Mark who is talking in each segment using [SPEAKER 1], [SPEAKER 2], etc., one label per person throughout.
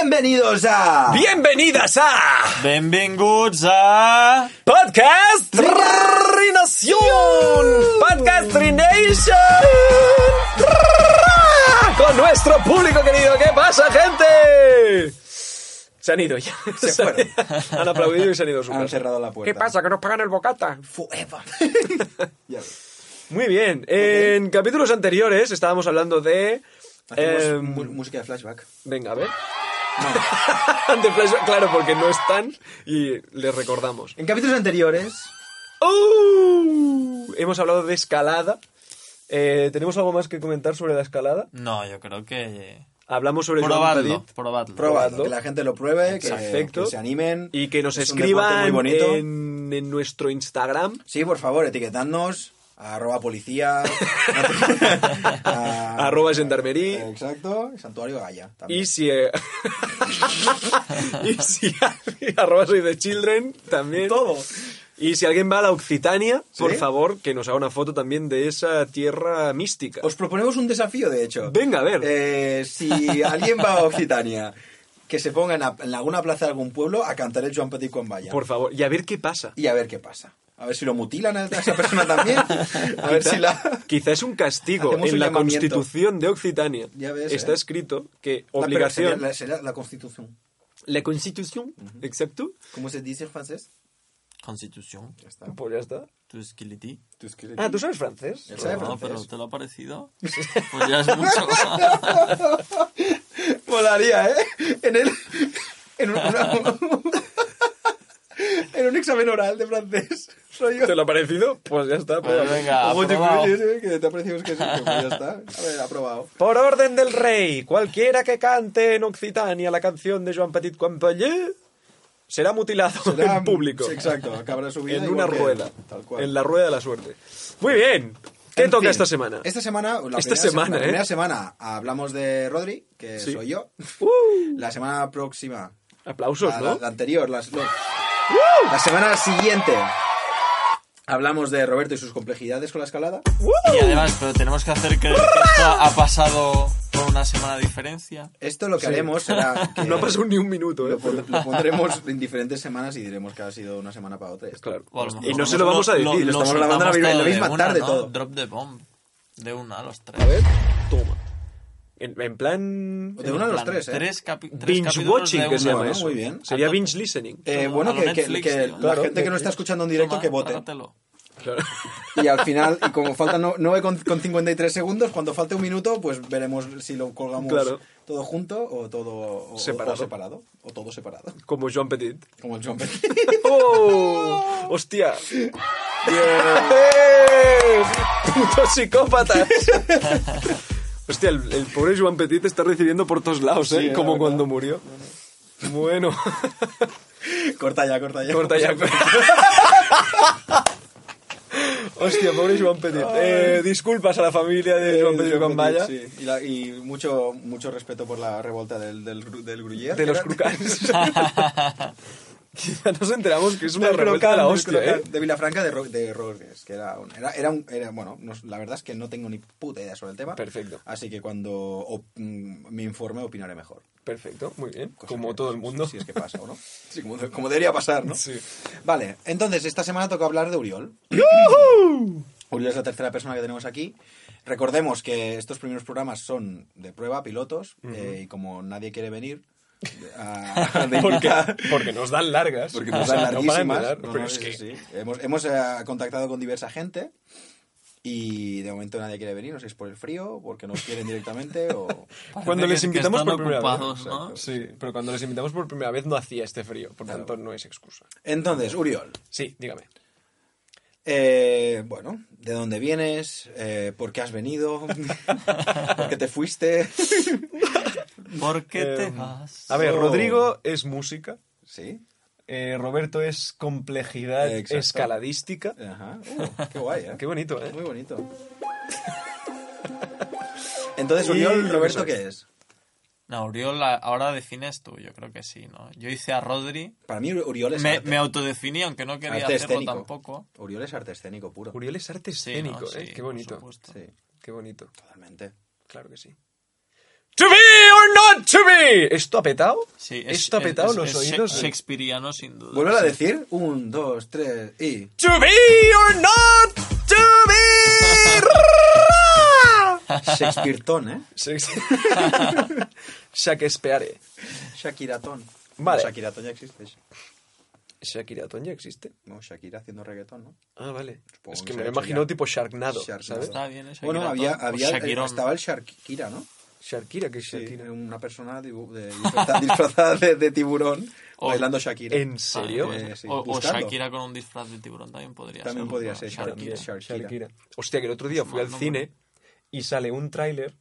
[SPEAKER 1] Bienvenidos a
[SPEAKER 2] Bienvenidas a
[SPEAKER 3] Benvinguts a...
[SPEAKER 2] Podcast Trinación. Podcast Trination. Con nuestro público querido. ¿Qué pasa, gente? Se han ido ya.
[SPEAKER 1] Se fueron.
[SPEAKER 2] Han aplaudido y se han ido
[SPEAKER 1] Han
[SPEAKER 2] súper.
[SPEAKER 1] cerrado la puerta.
[SPEAKER 2] ¿Qué pasa? ¿Que nos pagan el bocata? Forever.
[SPEAKER 1] Ya ves.
[SPEAKER 2] Muy bien. En capítulos anteriores estábamos hablando de...
[SPEAKER 1] Hacemos
[SPEAKER 2] em,
[SPEAKER 1] mu- música de flashback.
[SPEAKER 2] Venga, a ver. De flashback, claro, porque no están y les recordamos.
[SPEAKER 1] En capítulos anteriores,
[SPEAKER 2] ¡Uh! Hemos hablado de escalada. Eh, ¿Tenemos algo más que comentar sobre la escalada?
[SPEAKER 3] No, yo creo que... eh,
[SPEAKER 2] Hablamos sobre Joan
[SPEAKER 3] Probadlo,
[SPEAKER 2] Petit
[SPEAKER 3] probadlo.
[SPEAKER 1] probadlo, que la gente lo pruebe, que,
[SPEAKER 2] Exacto.
[SPEAKER 1] que se animen.
[SPEAKER 2] y que nos
[SPEAKER 1] Es un deporte
[SPEAKER 2] escriban
[SPEAKER 1] muy bonito.
[SPEAKER 2] en, en nuestro Instagram.
[SPEAKER 1] Sí, por favor, etiquetadnos. Arroba policía. a-
[SPEAKER 2] Arroba gendarmería.
[SPEAKER 1] Exacto. y Santuario Gaya. también.
[SPEAKER 2] Y si... eh, y si... arroba soy de children también.
[SPEAKER 1] Todo.
[SPEAKER 2] Y si alguien va a la Occitania, por
[SPEAKER 1] ¿Sí?
[SPEAKER 2] favor, que nos haga una foto también de esa tierra mística.
[SPEAKER 1] Os proponemos un desafío, de hecho.
[SPEAKER 2] Venga, a ver.
[SPEAKER 1] Eh, si alguien va a Occitania, que se ponga en, a- en alguna plaza de algún pueblo a cantar el Joan Petit con Vaya.
[SPEAKER 2] Por favor. Y a ver qué pasa.
[SPEAKER 1] y a ver qué pasa. A ver si lo mutilan a esa persona también. A ver
[SPEAKER 2] Quizá-
[SPEAKER 1] si la...
[SPEAKER 2] Quizá es un castigo.
[SPEAKER 1] Hacemos
[SPEAKER 2] en
[SPEAKER 1] un
[SPEAKER 2] la
[SPEAKER 1] llamamiento.
[SPEAKER 2] Constitución de Occitania
[SPEAKER 1] Ya ves,
[SPEAKER 2] está
[SPEAKER 1] eh.
[SPEAKER 2] escrito que
[SPEAKER 1] No, pero
[SPEAKER 2] obligación...
[SPEAKER 1] sería la, sería la constitución.
[SPEAKER 2] La Constitución, exacto.
[SPEAKER 1] ¿Cómo se dice en francés?
[SPEAKER 3] Constitución,
[SPEAKER 1] Ah, Ya está.
[SPEAKER 2] Pues ya está.
[SPEAKER 3] tu esquilití.
[SPEAKER 2] Ah, ¿tú sabes francés?
[SPEAKER 1] Él sabe
[SPEAKER 3] No, pero
[SPEAKER 1] francés.
[SPEAKER 3] ¿te lo ha parecido? Pues ya es mucho.
[SPEAKER 1] Molaría, ¿eh? En el... En un, una- en un examen oral de francés. Soy yo.
[SPEAKER 2] ¿Te lo ha parecido? Pues ya está.
[SPEAKER 3] Pues
[SPEAKER 2] prueba.
[SPEAKER 3] venga,
[SPEAKER 1] Ojo, te
[SPEAKER 3] aprobado.
[SPEAKER 1] cuides, ¿eh? que te apreciamos que sí, que pues ya está. A ver, aprobado.
[SPEAKER 2] Por orden del rey, cualquiera que cante en Occitania la canción de Joan Petit Compagnie será mutilado
[SPEAKER 1] Será-
[SPEAKER 2] en público.
[SPEAKER 1] sí, Exacto, acabará su vida
[SPEAKER 2] En
[SPEAKER 1] igual
[SPEAKER 2] una
[SPEAKER 1] que-
[SPEAKER 2] rueda.
[SPEAKER 1] Tal cual.
[SPEAKER 2] En la rueda de la suerte. Muy bien. ¿Qué
[SPEAKER 1] En
[SPEAKER 2] toca
[SPEAKER 1] fin,
[SPEAKER 2] esta semana?
[SPEAKER 1] Esta semana, la,
[SPEAKER 2] Esta
[SPEAKER 1] primera,
[SPEAKER 2] semana,
[SPEAKER 1] la
[SPEAKER 2] ¿eh?
[SPEAKER 1] primera semana hablamos de Rodri, que
[SPEAKER 2] Sí.
[SPEAKER 1] soy yo.
[SPEAKER 2] Uh,
[SPEAKER 1] La semana próxima,
[SPEAKER 2] aplausos,
[SPEAKER 1] la,
[SPEAKER 2] ¿no?
[SPEAKER 1] la- la anterior, las- no. la semana siguiente hablamos de Roberto y sus complejidades con la escalada.
[SPEAKER 3] Y además, pero tenemos que hacer creer que esto ha pasado por una semana de diferencia.
[SPEAKER 1] Esto lo que haremos será que
[SPEAKER 2] No ha pasado ni un minuto, ¿eh?
[SPEAKER 1] lo, pon- lo pondremos en diferentes semanas y diremos que ha sido una semana para otra. y esto.
[SPEAKER 2] Claro.
[SPEAKER 3] O a lo mejor
[SPEAKER 2] Y no se lo vamos a decir.
[SPEAKER 1] lo estamos grabando
[SPEAKER 3] soltamos
[SPEAKER 1] la misma-
[SPEAKER 3] todo
[SPEAKER 1] la misma
[SPEAKER 3] de una,
[SPEAKER 1] tarde,
[SPEAKER 3] ¿no?
[SPEAKER 1] todo.
[SPEAKER 3] Drop de bomb. De una a los tres.
[SPEAKER 2] A ver, toma. En, en plan.
[SPEAKER 1] De una a los
[SPEAKER 3] En plan,
[SPEAKER 1] tres, ¿eh?
[SPEAKER 3] Tres, capi- tres
[SPEAKER 2] Binge
[SPEAKER 3] capítulos
[SPEAKER 2] watching,
[SPEAKER 3] de
[SPEAKER 2] que se
[SPEAKER 3] una.
[SPEAKER 2] llama
[SPEAKER 1] Bueno,
[SPEAKER 2] eso.
[SPEAKER 1] muy bien.
[SPEAKER 2] Sería
[SPEAKER 3] A tope.
[SPEAKER 2] binge listening.
[SPEAKER 1] Eh,
[SPEAKER 3] A
[SPEAKER 1] bueno,
[SPEAKER 3] lo
[SPEAKER 1] que, que-
[SPEAKER 3] Netflix,
[SPEAKER 1] que
[SPEAKER 3] tío.
[SPEAKER 1] la
[SPEAKER 2] Claro,
[SPEAKER 1] gente que no está
[SPEAKER 2] Netflix.
[SPEAKER 1] escuchando en directo
[SPEAKER 3] Toma,
[SPEAKER 1] que vote.
[SPEAKER 3] agárratelo.
[SPEAKER 2] Claro.
[SPEAKER 1] Y al final, y como faltan 9 con, con 53 segundos, cuando falte un minuto, pues veremos si lo colgamos
[SPEAKER 2] Claro.
[SPEAKER 1] todo junto o todo o-
[SPEAKER 2] Separado.
[SPEAKER 1] o separado. O todo separado.
[SPEAKER 2] Como Joan Petit.
[SPEAKER 1] Como el John Petty.
[SPEAKER 2] ¡Oh! ¡Hostia! ¡Eh! ¡Putos psicópatas! Hostia, el, el pobre Joan Petit está recibiendo por todos lados, ¿eh?
[SPEAKER 1] Sí, la
[SPEAKER 2] Como
[SPEAKER 1] verdad.
[SPEAKER 2] cuando murió. Bueno,
[SPEAKER 1] Corta ya, corta ya.
[SPEAKER 2] corta ya. Hostia, pobre Joan Petit. Eh, disculpas a la familia de
[SPEAKER 1] Eh,
[SPEAKER 2] Joan Petit
[SPEAKER 1] Joan
[SPEAKER 2] con
[SPEAKER 1] Petit,
[SPEAKER 2] Valla.
[SPEAKER 1] sí. Y, la- y mucho, mucho respeto por la revolta del, del, gru- del Gruyère.
[SPEAKER 2] De los crucans. Quizá nos enteramos que es una revuelta de la hostia, ¿eh?
[SPEAKER 1] De Vilafranca de, Ro- de Rodríguez, que era un, era, era un- era- bueno, no- la verdad es que no tengo ni puta idea sobre el tema.
[SPEAKER 2] Perfecto.
[SPEAKER 1] Así que cuando op- mm, me informe opinaré mejor.
[SPEAKER 2] Perfecto, muy bien.
[SPEAKER 1] Cosa
[SPEAKER 2] Como
[SPEAKER 1] que-
[SPEAKER 2] todo el mundo.
[SPEAKER 1] Si es que pasa, ¿o no? Sí, como, como debería pasar, ¿no?
[SPEAKER 2] Sí.
[SPEAKER 1] Vale, entonces esta semana toca hablar de Uriol. Uriol es la tercera persona que tenemos aquí. Recordemos que estos primeros programas son de prueba, pilotos, eh, y como nadie quiere venir... a- de
[SPEAKER 2] Porque,
[SPEAKER 1] invitar-
[SPEAKER 2] porque nos dan largas.
[SPEAKER 1] porque
[SPEAKER 2] O
[SPEAKER 1] nos
[SPEAKER 2] sea,
[SPEAKER 1] dan
[SPEAKER 2] no paran de
[SPEAKER 1] larguísimas.
[SPEAKER 2] dar,
[SPEAKER 1] No, no,
[SPEAKER 2] pero es
[SPEAKER 1] sí,
[SPEAKER 2] que-
[SPEAKER 1] sí. Hemos, hemos, eh, contactado con diversa gente y de momento nadie quiere venir, no sé si es por el frío, porque no quieren directamente o...
[SPEAKER 3] Parece
[SPEAKER 2] Cuando
[SPEAKER 3] que-
[SPEAKER 2] les
[SPEAKER 3] que
[SPEAKER 2] invitamos
[SPEAKER 3] están
[SPEAKER 2] por primera
[SPEAKER 3] ocupados,
[SPEAKER 2] vez.
[SPEAKER 3] ¿no?
[SPEAKER 2] Sí, pero cuando les invitamos por primera vez no hacía este frío, por
[SPEAKER 1] Claro.
[SPEAKER 2] tanto no es excusa.
[SPEAKER 1] Entonces, Uriol,
[SPEAKER 2] Sí, dígame.
[SPEAKER 1] eh, bueno, ¿de dónde vienes? Eh, ¿Por qué has venido? ¿Por qué te fuiste?
[SPEAKER 3] ¿Por qué te
[SPEAKER 2] Eh,
[SPEAKER 3] vas?
[SPEAKER 2] A ver,
[SPEAKER 1] So-
[SPEAKER 2] Rodrigo es música,
[SPEAKER 1] ¿Sí?
[SPEAKER 2] eh, Roberto es complejidad
[SPEAKER 1] Exacto.
[SPEAKER 2] escaladística.
[SPEAKER 1] Ajá. Uh, qué guay, ¿eh?
[SPEAKER 2] Qué bonito, ¿eh?
[SPEAKER 1] Muy bonito. Entonces,
[SPEAKER 2] Y-
[SPEAKER 1] Uriol, Roberto, ¿qué es?
[SPEAKER 3] No, Oriol, la- ahora defines tú, yo creo que sí, ¿no? Yo hice a Rodri,
[SPEAKER 1] Para mí, Uriol es
[SPEAKER 3] me,
[SPEAKER 1] arte.
[SPEAKER 3] me autodefiní, aunque no quería
[SPEAKER 1] arte
[SPEAKER 3] hacerlo
[SPEAKER 1] escénico.
[SPEAKER 3] tampoco.
[SPEAKER 1] Uriol es arte escénico puro.
[SPEAKER 2] Uriel es arte
[SPEAKER 3] Sí, ¿no?
[SPEAKER 2] escénico,
[SPEAKER 3] Sí,
[SPEAKER 2] ¿eh? Qué
[SPEAKER 3] por
[SPEAKER 2] bonito,
[SPEAKER 3] supuesto.
[SPEAKER 1] Sí,
[SPEAKER 2] qué bonito.
[SPEAKER 1] totalmente.
[SPEAKER 2] Claro que sí. To be or not to be. ¿Esto ha petado?
[SPEAKER 3] Sí, es,
[SPEAKER 2] ¿Esto ha petado
[SPEAKER 3] es-
[SPEAKER 2] los
[SPEAKER 3] es
[SPEAKER 2] oídos?
[SPEAKER 3] shak- Shakespeareano, sin duda.
[SPEAKER 1] Vuelve a decir. Un, dos, tres y.
[SPEAKER 2] To be or not to be.
[SPEAKER 1] Shakespeareton, ¿eh?
[SPEAKER 2] Shakespeare.
[SPEAKER 1] Shakiratón.
[SPEAKER 2] Vale.
[SPEAKER 1] No, Shakiratón ya existe.
[SPEAKER 2] Shakiraton ya existe.
[SPEAKER 1] No, Shakira haciendo reggaetón, ¿no?
[SPEAKER 2] Ah, vale.
[SPEAKER 1] Supongo
[SPEAKER 2] es
[SPEAKER 1] que
[SPEAKER 2] que
[SPEAKER 1] se
[SPEAKER 2] me
[SPEAKER 1] ha
[SPEAKER 2] lo
[SPEAKER 1] hecho
[SPEAKER 2] imagino
[SPEAKER 1] ya.
[SPEAKER 2] tipo Sharknado,
[SPEAKER 1] Sharknado.
[SPEAKER 2] ¿sabes?
[SPEAKER 3] Está bien, es
[SPEAKER 1] Bueno, había,
[SPEAKER 3] Shakiraton o
[SPEAKER 1] había eh,
[SPEAKER 3] Shakirón.
[SPEAKER 1] estaba el Shakira, ¿no?
[SPEAKER 2] Shakira, que es
[SPEAKER 1] Sí,
[SPEAKER 2] Shakira.
[SPEAKER 1] una persona dibu- de- disfrazada, disfrazada de, de tiburón
[SPEAKER 3] O-
[SPEAKER 1] bailando Shakira.
[SPEAKER 2] ¿En
[SPEAKER 3] Ah,
[SPEAKER 2] serio?
[SPEAKER 3] puede
[SPEAKER 1] Eh,
[SPEAKER 3] ser.
[SPEAKER 1] sí,
[SPEAKER 3] o, o
[SPEAKER 1] buscando.
[SPEAKER 3] Shakira con un disfraz de tiburón también podría ser.
[SPEAKER 1] También podría ser
[SPEAKER 3] Shakira.
[SPEAKER 1] Shakira.
[SPEAKER 2] Shakira. Hostia, que el otro día fui
[SPEAKER 3] No,
[SPEAKER 2] al
[SPEAKER 3] no,
[SPEAKER 2] cine y sale un tráiler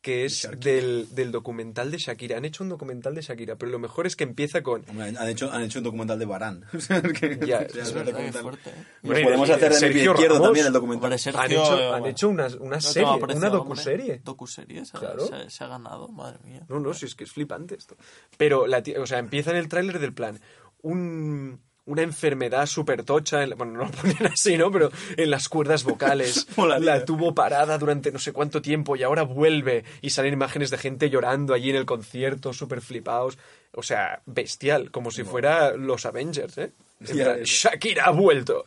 [SPEAKER 2] que es
[SPEAKER 1] Shakira.
[SPEAKER 2] del, del documental de Shakira. Han hecho un documental de Shakira, pero lo mejor es que empieza con...
[SPEAKER 1] Hombre, Han hecho, han hecho un documental de Barán. O sea, es que-
[SPEAKER 2] Ya,
[SPEAKER 1] o sea,
[SPEAKER 2] es
[SPEAKER 1] el
[SPEAKER 3] Es verdad que
[SPEAKER 1] documental.
[SPEAKER 3] fuerte, ¿eh?
[SPEAKER 1] Nos
[SPEAKER 2] Hombre,
[SPEAKER 1] podemos hacer de mi pie
[SPEAKER 2] Sergio
[SPEAKER 1] izquierdo
[SPEAKER 2] Ramos.
[SPEAKER 1] también el documental.
[SPEAKER 3] Hombre, Sergio,
[SPEAKER 2] Han hecho,
[SPEAKER 3] eh,
[SPEAKER 2] han
[SPEAKER 3] bueno.
[SPEAKER 2] hecho una, una
[SPEAKER 3] No te
[SPEAKER 2] serie,
[SPEAKER 3] va a parecer,
[SPEAKER 2] una
[SPEAKER 3] hombre.
[SPEAKER 2] docuserie.
[SPEAKER 3] Docuserie, se,
[SPEAKER 2] Claro.
[SPEAKER 3] se- se ha ganado, madre mía.
[SPEAKER 2] No, no, si es que es flipante esto. Pero, la tía- o sea, empieza en el tráiler del plan. Un, una enfermedad súper tocha, en la- bueno, no lo ponen así, ¿no? Pero en las cuerdas vocales.
[SPEAKER 1] Molaría.
[SPEAKER 2] la tuvo parada durante no sé cuánto tiempo y ahora vuelve. Y salen imágenes de gente llorando allí en el concierto, súper flipados. O sea, bestial, como si fuera los Avengers, ¿eh? En
[SPEAKER 1] Ya
[SPEAKER 2] plan,
[SPEAKER 1] ves.
[SPEAKER 2] Shakira ha vuelto.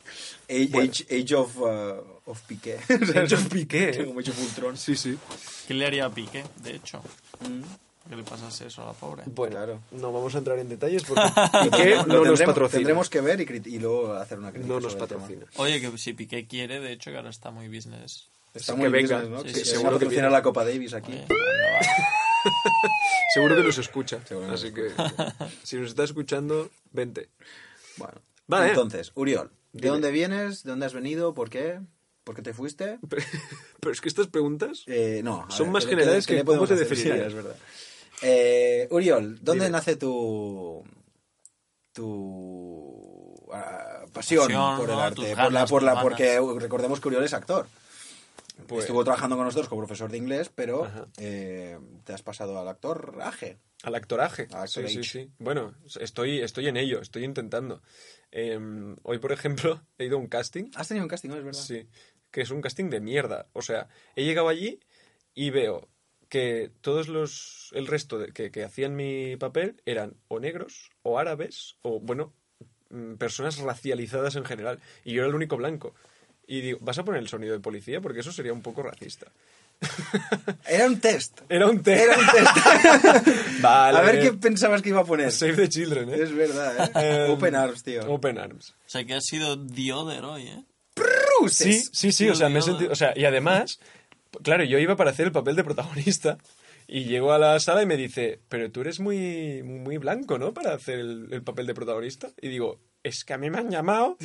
[SPEAKER 1] Age,
[SPEAKER 2] Bueno.
[SPEAKER 1] Age- Age of, uh, of Piqué. O sea,
[SPEAKER 2] Age of Piqué.
[SPEAKER 1] que Como Age of Ultron.
[SPEAKER 2] Sí, sí.
[SPEAKER 3] ¿Qué le haría a Piqué, de hecho? Que le pasase eso a la pobre.
[SPEAKER 2] Bueno,
[SPEAKER 1] Claro.
[SPEAKER 2] no vamos a entrar en detalles porque
[SPEAKER 1] Piqué
[SPEAKER 2] Piqué no nos patrocina.
[SPEAKER 1] Tendremos que ver y, crit- y luego hacer una crítica.
[SPEAKER 2] No nos
[SPEAKER 1] sobre el tema.
[SPEAKER 2] patrocina.
[SPEAKER 3] Oye, que si Piqué quiere, de hecho, que ahora está muy business.
[SPEAKER 1] Está
[SPEAKER 2] Sí,
[SPEAKER 1] muy
[SPEAKER 2] que venga.
[SPEAKER 1] business, ¿no? Que
[SPEAKER 2] Sí, sí,
[SPEAKER 1] se
[SPEAKER 2] seguro que
[SPEAKER 1] patrocina
[SPEAKER 2] viene.
[SPEAKER 1] la Copa Davis aquí.
[SPEAKER 3] Oye, anda, va.
[SPEAKER 2] Seguro que nos escucha.
[SPEAKER 1] Seguro que
[SPEAKER 2] Así
[SPEAKER 1] nos
[SPEAKER 2] que si nos está escuchando, vente.
[SPEAKER 1] Bueno.
[SPEAKER 2] Vale.
[SPEAKER 1] Entonces, Uriol, ¿de
[SPEAKER 2] Dime.
[SPEAKER 1] dónde vienes? ¿De dónde has venido? ¿Por qué? ¿Por qué te fuiste?
[SPEAKER 2] Pero es que estas preguntas
[SPEAKER 1] Eh, no. a
[SPEAKER 2] Son
[SPEAKER 1] ver,
[SPEAKER 2] más
[SPEAKER 1] ¿qué-
[SPEAKER 2] generales
[SPEAKER 1] qué- qué
[SPEAKER 2] que
[SPEAKER 1] le podemos
[SPEAKER 2] cómo te
[SPEAKER 1] hacer? Sí,
[SPEAKER 2] definirías.
[SPEAKER 1] es verdad. Eh, Uriol, ¿dónde
[SPEAKER 2] Dime.
[SPEAKER 1] nace tu. tu. ah, pasión,
[SPEAKER 3] Pasión,
[SPEAKER 1] por el
[SPEAKER 3] ¿no?
[SPEAKER 1] arte?
[SPEAKER 3] Tus
[SPEAKER 1] por
[SPEAKER 3] ganas,
[SPEAKER 1] la, por
[SPEAKER 3] tus
[SPEAKER 1] la,
[SPEAKER 3] ganas.
[SPEAKER 1] porque recordemos que Uriol es actor.
[SPEAKER 2] Pues-
[SPEAKER 1] Estuvo trabajando con nosotros como profesor de inglés, pero
[SPEAKER 2] Ajá.
[SPEAKER 1] eh, te has pasado al actoraje.
[SPEAKER 2] al actoraje.
[SPEAKER 1] Al
[SPEAKER 2] Sí, sí,
[SPEAKER 1] actorage.
[SPEAKER 2] sí. Bueno, estoy, estoy en ello, estoy intentando. Eh, hoy, por ejemplo, he ido a un casting.
[SPEAKER 1] Has tenido un casting, ¿no? Es verdad.
[SPEAKER 2] Sí, que es un casting de mierda. O sea, he llegado allí y veo que todos los. el resto de- que, que hacían mi papel eran o negros, o árabes, o bueno, mm, personas racializadas en general. Y yo era el único blanco. Y digo, ¿vas a poner el sonido de policía? Porque eso sería un poco racista.
[SPEAKER 1] Era un test.
[SPEAKER 2] Era un té.
[SPEAKER 1] Era un test.
[SPEAKER 2] Vale.
[SPEAKER 1] A ver qué pensabas que iba a poner.
[SPEAKER 2] Save the Children, ¿eh?
[SPEAKER 1] Es verdad, ¿eh?
[SPEAKER 2] Em,
[SPEAKER 1] Open Arms, tío.
[SPEAKER 2] Open Arms.
[SPEAKER 3] O sea, que ha sido Dioder hoy, ¿eh?
[SPEAKER 2] Sí, sí, sí, o sea, me he sentido, o sea, y además, claro, yo iba para hacer el papel de protagonista y llego a la sala y me dice, pero tú eres muy, muy blanco, ¿no? Para hacer el, el papel de protagonista. Y digo, es que a mí me han llamado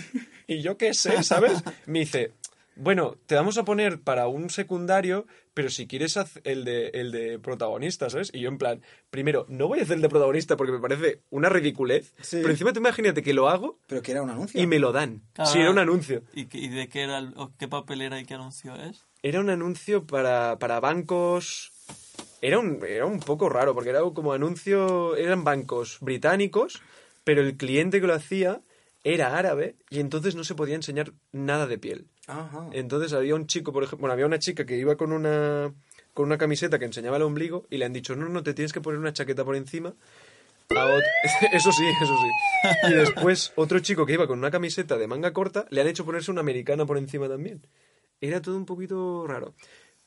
[SPEAKER 2] y yo qué sé, ¿sabes? Me dice, bueno, te vamos a poner para un secundario, pero si quieres haz el de, el de protagonista, ¿sabes? Y yo en plan, primero, no voy a hacer el de protagonista porque me parece una ridiculez,
[SPEAKER 1] Sí.
[SPEAKER 2] pero encima tú imagínate que lo hago
[SPEAKER 1] Pero que era un anuncio.
[SPEAKER 2] y me lo dan. Si era un anuncio.
[SPEAKER 3] ¿Y, qué- y de qué era el- o qué papel era y qué anuncio es?
[SPEAKER 2] Era un anuncio para, para bancos. Era un, era un poco raro, porque era como anuncio. Eran bancos británicos, pero el cliente que lo hacía era árabe y entonces no se podía enseñar nada de piel.
[SPEAKER 1] Ajá.
[SPEAKER 2] Entonces había un chico, por ejemplo, bueno, había una chica que iba con una, con una camiseta que enseñaba el ombligo y le han dicho, no, no, te tienes que poner una chaqueta por encima. A ot- eso sí, eso sí. Y después otro chico que iba con una camiseta de manga corta le han hecho ponerse una americana por encima también. Era todo un poquito raro.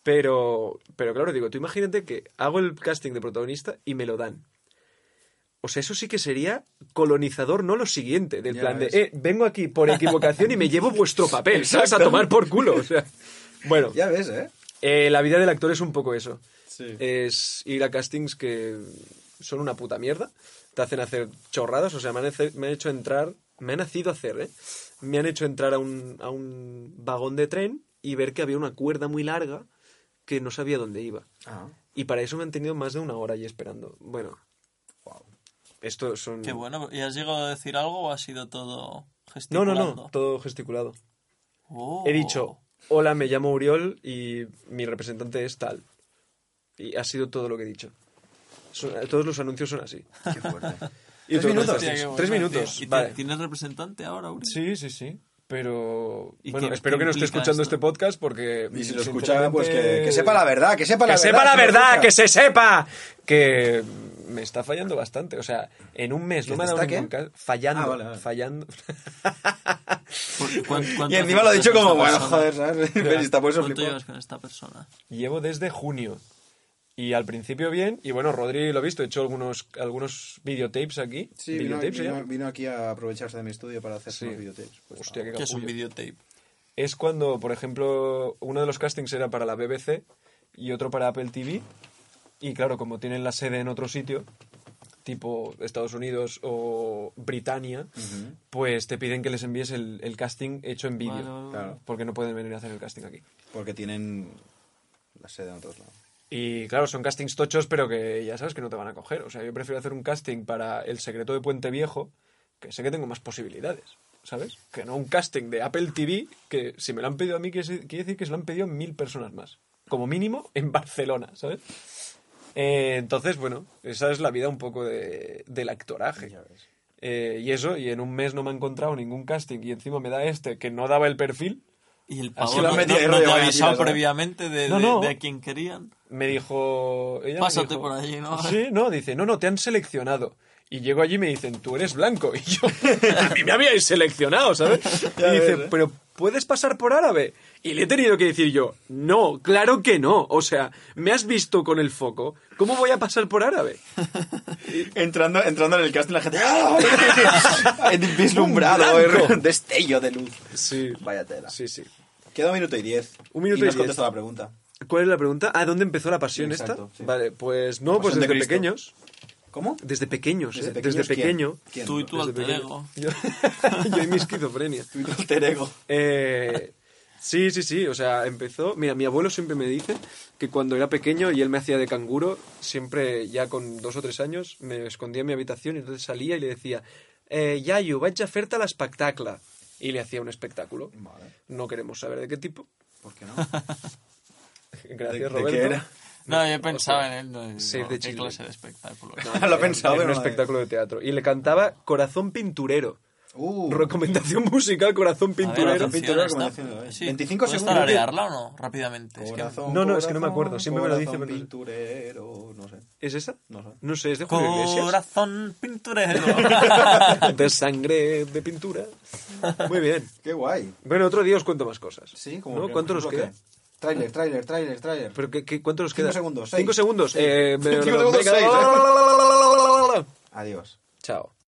[SPEAKER 2] Pero, pero claro, digo, tú imagínate que hago el casting de protagonista y me lo dan. O sea, eso sí que sería colonizador, no lo siguiente, del
[SPEAKER 1] Ya
[SPEAKER 2] plan de,
[SPEAKER 1] ves.
[SPEAKER 2] eh, vengo aquí por equivocación y me llevo vuestro papel, ¿sabes? A tomar por culo. o sea. Bueno,
[SPEAKER 1] Ya ves, ¿eh?
[SPEAKER 2] eh, la vida del actor es un poco eso.
[SPEAKER 1] Sí.
[SPEAKER 2] Es ir a castings que son una puta mierda, te hacen hacer chorradas, o sea, me han, hece- me han hecho entrar, me han nacido hacer, ¿eh? Me han hecho entrar a un, a un vagón de tren y ver que había una cuerda muy larga que no sabía dónde iba.
[SPEAKER 1] Ah,
[SPEAKER 2] Y para eso me han tenido más de una hora allí esperando. Bueno,
[SPEAKER 1] wow.
[SPEAKER 2] esto son...
[SPEAKER 3] Qué bueno. ¿Y has llegado a decir algo o ha sido
[SPEAKER 2] No,
[SPEAKER 3] todo
[SPEAKER 2] no,
[SPEAKER 3] gesticulando?
[SPEAKER 2] no, todo gesticulado.
[SPEAKER 3] Oh.
[SPEAKER 2] He dicho, hola, me llamo Uriol y mi representante es tal. Y ha sido todo lo que he dicho. Son- todos los anuncios son así.
[SPEAKER 1] Qué fuerte.
[SPEAKER 2] Y
[SPEAKER 1] Tres
[SPEAKER 2] tú,
[SPEAKER 1] minutos.
[SPEAKER 2] tres
[SPEAKER 3] Oh, Hostia, qué
[SPEAKER 2] Tres
[SPEAKER 3] bueno,
[SPEAKER 2] minutos,
[SPEAKER 3] tío. ¿Y ti-
[SPEAKER 2] vale.
[SPEAKER 3] ¿Tienes representante ahora, Uri?
[SPEAKER 2] Sí, sí, sí. Pero
[SPEAKER 3] ¿Y
[SPEAKER 2] bueno,
[SPEAKER 3] qué-
[SPEAKER 2] espero
[SPEAKER 3] qué
[SPEAKER 2] que no esté
[SPEAKER 3] implica
[SPEAKER 2] escuchando
[SPEAKER 3] esto?
[SPEAKER 2] este podcast porque.
[SPEAKER 1] Y si lo
[SPEAKER 2] sinceramente,
[SPEAKER 1] escucha, pues que, que sepa la verdad, que sepa la
[SPEAKER 2] que
[SPEAKER 1] verdad.
[SPEAKER 2] sepa la
[SPEAKER 1] si lo
[SPEAKER 2] verdad,
[SPEAKER 1] escucha.
[SPEAKER 2] que se sepa. Que me está fallando bastante. O sea, en un mes
[SPEAKER 1] ¿Que
[SPEAKER 2] no me ha
[SPEAKER 1] te
[SPEAKER 2] dado
[SPEAKER 1] está
[SPEAKER 2] ningún
[SPEAKER 1] qué?
[SPEAKER 2] caso. Fallando,
[SPEAKER 1] Ah, vale, vale.
[SPEAKER 2] fallando.
[SPEAKER 3] ¿Cu- cuán- cuánto
[SPEAKER 1] Y encima lo he dicho
[SPEAKER 3] llevas con
[SPEAKER 1] como, bueno,
[SPEAKER 3] esta persona?
[SPEAKER 1] joder, ¿sabes? Pero está pues, por eso
[SPEAKER 3] ¿Cuánto
[SPEAKER 1] flipado.
[SPEAKER 3] llevas con esta persona?
[SPEAKER 2] Llevo desde junio. Y al principio bien. Y bueno, Rodri lo he visto. He hecho algunos, algunos videotapes aquí.
[SPEAKER 1] Sí, vino,
[SPEAKER 2] ¿Videotapes ¿eh? se
[SPEAKER 1] vino-
[SPEAKER 2] llaman?
[SPEAKER 1] vino aquí a aprovecharse de mi estudio para hacer
[SPEAKER 2] Sí.
[SPEAKER 1] unos videotapes. Pues,
[SPEAKER 2] Hostia, qué
[SPEAKER 3] Que es un
[SPEAKER 2] capullo.
[SPEAKER 3] videotape.
[SPEAKER 2] es cuando, por ejemplo, uno de los castings era para la BBC y otro para Apple TV. Y claro, como tienen la sede en otro sitio, tipo Estados Unidos o Britania, pues te piden que les envíes el, el casting hecho en vídeo.
[SPEAKER 3] Vale, vale, vale.
[SPEAKER 1] Claro.
[SPEAKER 2] Porque no pueden venir a hacer el casting aquí.
[SPEAKER 1] Porque tienen la sede en otros lados.
[SPEAKER 2] Y claro, son castings tochos, pero que ya sabes que no te van a coger. O sea, yo prefiero hacer un casting para El Secreto de Puente Viejo, que sé que tengo más posibilidades, ¿sabes? Que no un casting de Apple TV, que si me lo han pedido a mí, quiere se- quiere decir que se lo han pedido mil personas más. Como mínimo en Barcelona, ¿sabes? Eh, entonces, bueno, esa es la vida un poco de- del actoraje.
[SPEAKER 1] Ya ves.
[SPEAKER 2] Eh, y eso, y en un mes no me ha encontrado ningún casting, y encima me da este que no daba el perfil.
[SPEAKER 3] Y el
[SPEAKER 2] Así
[SPEAKER 3] pavo
[SPEAKER 2] lo
[SPEAKER 3] no,
[SPEAKER 2] han
[SPEAKER 3] no,
[SPEAKER 1] metido en
[SPEAKER 3] no
[SPEAKER 1] rollo
[SPEAKER 3] te ha
[SPEAKER 1] mentiras,
[SPEAKER 3] avisado
[SPEAKER 1] ¿no?
[SPEAKER 3] previamente de,
[SPEAKER 2] No,
[SPEAKER 3] de-
[SPEAKER 2] no.
[SPEAKER 3] de a quién querían.
[SPEAKER 2] me dijo. Ella me
[SPEAKER 3] Pásate
[SPEAKER 2] dijo,
[SPEAKER 3] por allí, ¿no?
[SPEAKER 2] Sí, no, dice, no, no, te han seleccionado. Y llego allí y me dicen, tú eres blanco. Y yo, a mí me habíais seleccionado, ¿sabes?
[SPEAKER 1] Ya
[SPEAKER 2] y dice,
[SPEAKER 1] ves, ¿eh?
[SPEAKER 2] pero ¿puedes pasar por árabe? Y le he tenido que decir yo, no, claro que no. O sea, me has visto con el foco, ¿cómo voy a pasar por árabe?
[SPEAKER 1] Entrando, entrando en el casting la gente... ¡Ah! Vislumbrado,
[SPEAKER 2] Un blanco.
[SPEAKER 1] eh, destello de luz.
[SPEAKER 2] Sí.
[SPEAKER 1] Vaya tela.
[SPEAKER 2] Sí, sí.
[SPEAKER 1] Queda un minuto y diez.
[SPEAKER 2] Un minuto
[SPEAKER 1] y
[SPEAKER 2] y
[SPEAKER 1] nos
[SPEAKER 2] diez.
[SPEAKER 1] contesta la pregunta.
[SPEAKER 2] ¿Cuál es la pregunta? Ah, ¿dónde empezó la pasión
[SPEAKER 1] Sí, exacto,
[SPEAKER 2] esta?
[SPEAKER 1] sí.
[SPEAKER 2] Vale, pues no,
[SPEAKER 1] La
[SPEAKER 2] pues
[SPEAKER 1] pasión de
[SPEAKER 2] desde
[SPEAKER 1] Cristo.
[SPEAKER 2] pequeños.
[SPEAKER 1] ¿Cómo?
[SPEAKER 2] Desde pequeños, ¿eh?
[SPEAKER 1] pequeños,
[SPEAKER 2] desde
[SPEAKER 1] ¿quién?
[SPEAKER 2] pequeño.
[SPEAKER 1] ¿Quién?
[SPEAKER 3] Tú y tu
[SPEAKER 2] Desde
[SPEAKER 3] alter
[SPEAKER 2] pequeño.
[SPEAKER 3] ego.
[SPEAKER 2] Yo, yo y mi esquizofrenia.
[SPEAKER 1] Tu alter ego.
[SPEAKER 2] Eh, sí, sí, sí. O sea, empezó. Mira, mi abuelo siempre me dice que cuando era pequeño y él me hacía de canguro, siempre ya con dos o tres años me escondía en mi habitación y entonces salía y le decía: eh, Yayu, vaig a fer-te l'espectacle. Y le hacía un espectáculo.
[SPEAKER 1] Vale,
[SPEAKER 2] No queremos saber de qué tipo.
[SPEAKER 1] ¿por qué no? ¿De- de
[SPEAKER 2] Gracias,
[SPEAKER 1] qué
[SPEAKER 2] Roberto.
[SPEAKER 1] era?
[SPEAKER 3] No, yo pensaba en él. No,
[SPEAKER 2] Save
[SPEAKER 3] no,
[SPEAKER 2] the
[SPEAKER 3] qué
[SPEAKER 2] children.
[SPEAKER 3] clase de espectáculo.
[SPEAKER 1] Lo he pensado,
[SPEAKER 2] Era un
[SPEAKER 1] pero no-
[SPEAKER 2] espectáculo de teatro. Y le cantaba Corazón Pinturero.
[SPEAKER 1] Uh,
[SPEAKER 2] Recomendación musical, Corazón
[SPEAKER 3] A ver,
[SPEAKER 2] Pinturero.
[SPEAKER 3] atención,
[SPEAKER 1] pinturero,
[SPEAKER 3] está-
[SPEAKER 1] como diciendo, ¿eh?
[SPEAKER 3] sí.
[SPEAKER 1] 25
[SPEAKER 3] ¿Puedes
[SPEAKER 1] segundos.
[SPEAKER 3] tararearla o no? Rápidamente. Es que-
[SPEAKER 1] corazón,
[SPEAKER 2] No, no, es que no me
[SPEAKER 1] corazón,
[SPEAKER 2] acuerdo, siempre me lo dice,
[SPEAKER 1] corazón
[SPEAKER 2] pero no sé.
[SPEAKER 1] pinturero, no sé.
[SPEAKER 2] ¿Es esa?
[SPEAKER 1] No sé.
[SPEAKER 2] No sé, es de Julio Iglesias.
[SPEAKER 3] Corazón pinturero.
[SPEAKER 2] de sangre, de pintura. Muy bien.
[SPEAKER 1] Qué guay.
[SPEAKER 2] Bueno, otro día os cuento más cosas.
[SPEAKER 1] Sí, como
[SPEAKER 2] ¿No?
[SPEAKER 1] que,
[SPEAKER 2] ¿Cuánto
[SPEAKER 1] por
[SPEAKER 2] nos
[SPEAKER 1] ejemplo,
[SPEAKER 2] queda?
[SPEAKER 1] ¿qué? Tráiler, tráiler, tráiler, tráiler.
[SPEAKER 2] ¿Pero qué, qué- cuánto nos
[SPEAKER 1] Cinco
[SPEAKER 2] queda?
[SPEAKER 1] segundos, seis.
[SPEAKER 2] Cinco segundos.
[SPEAKER 1] Seis.
[SPEAKER 2] Eh,
[SPEAKER 1] Cinco segundos, seis.
[SPEAKER 2] venga,
[SPEAKER 1] Adiós.
[SPEAKER 2] Chao.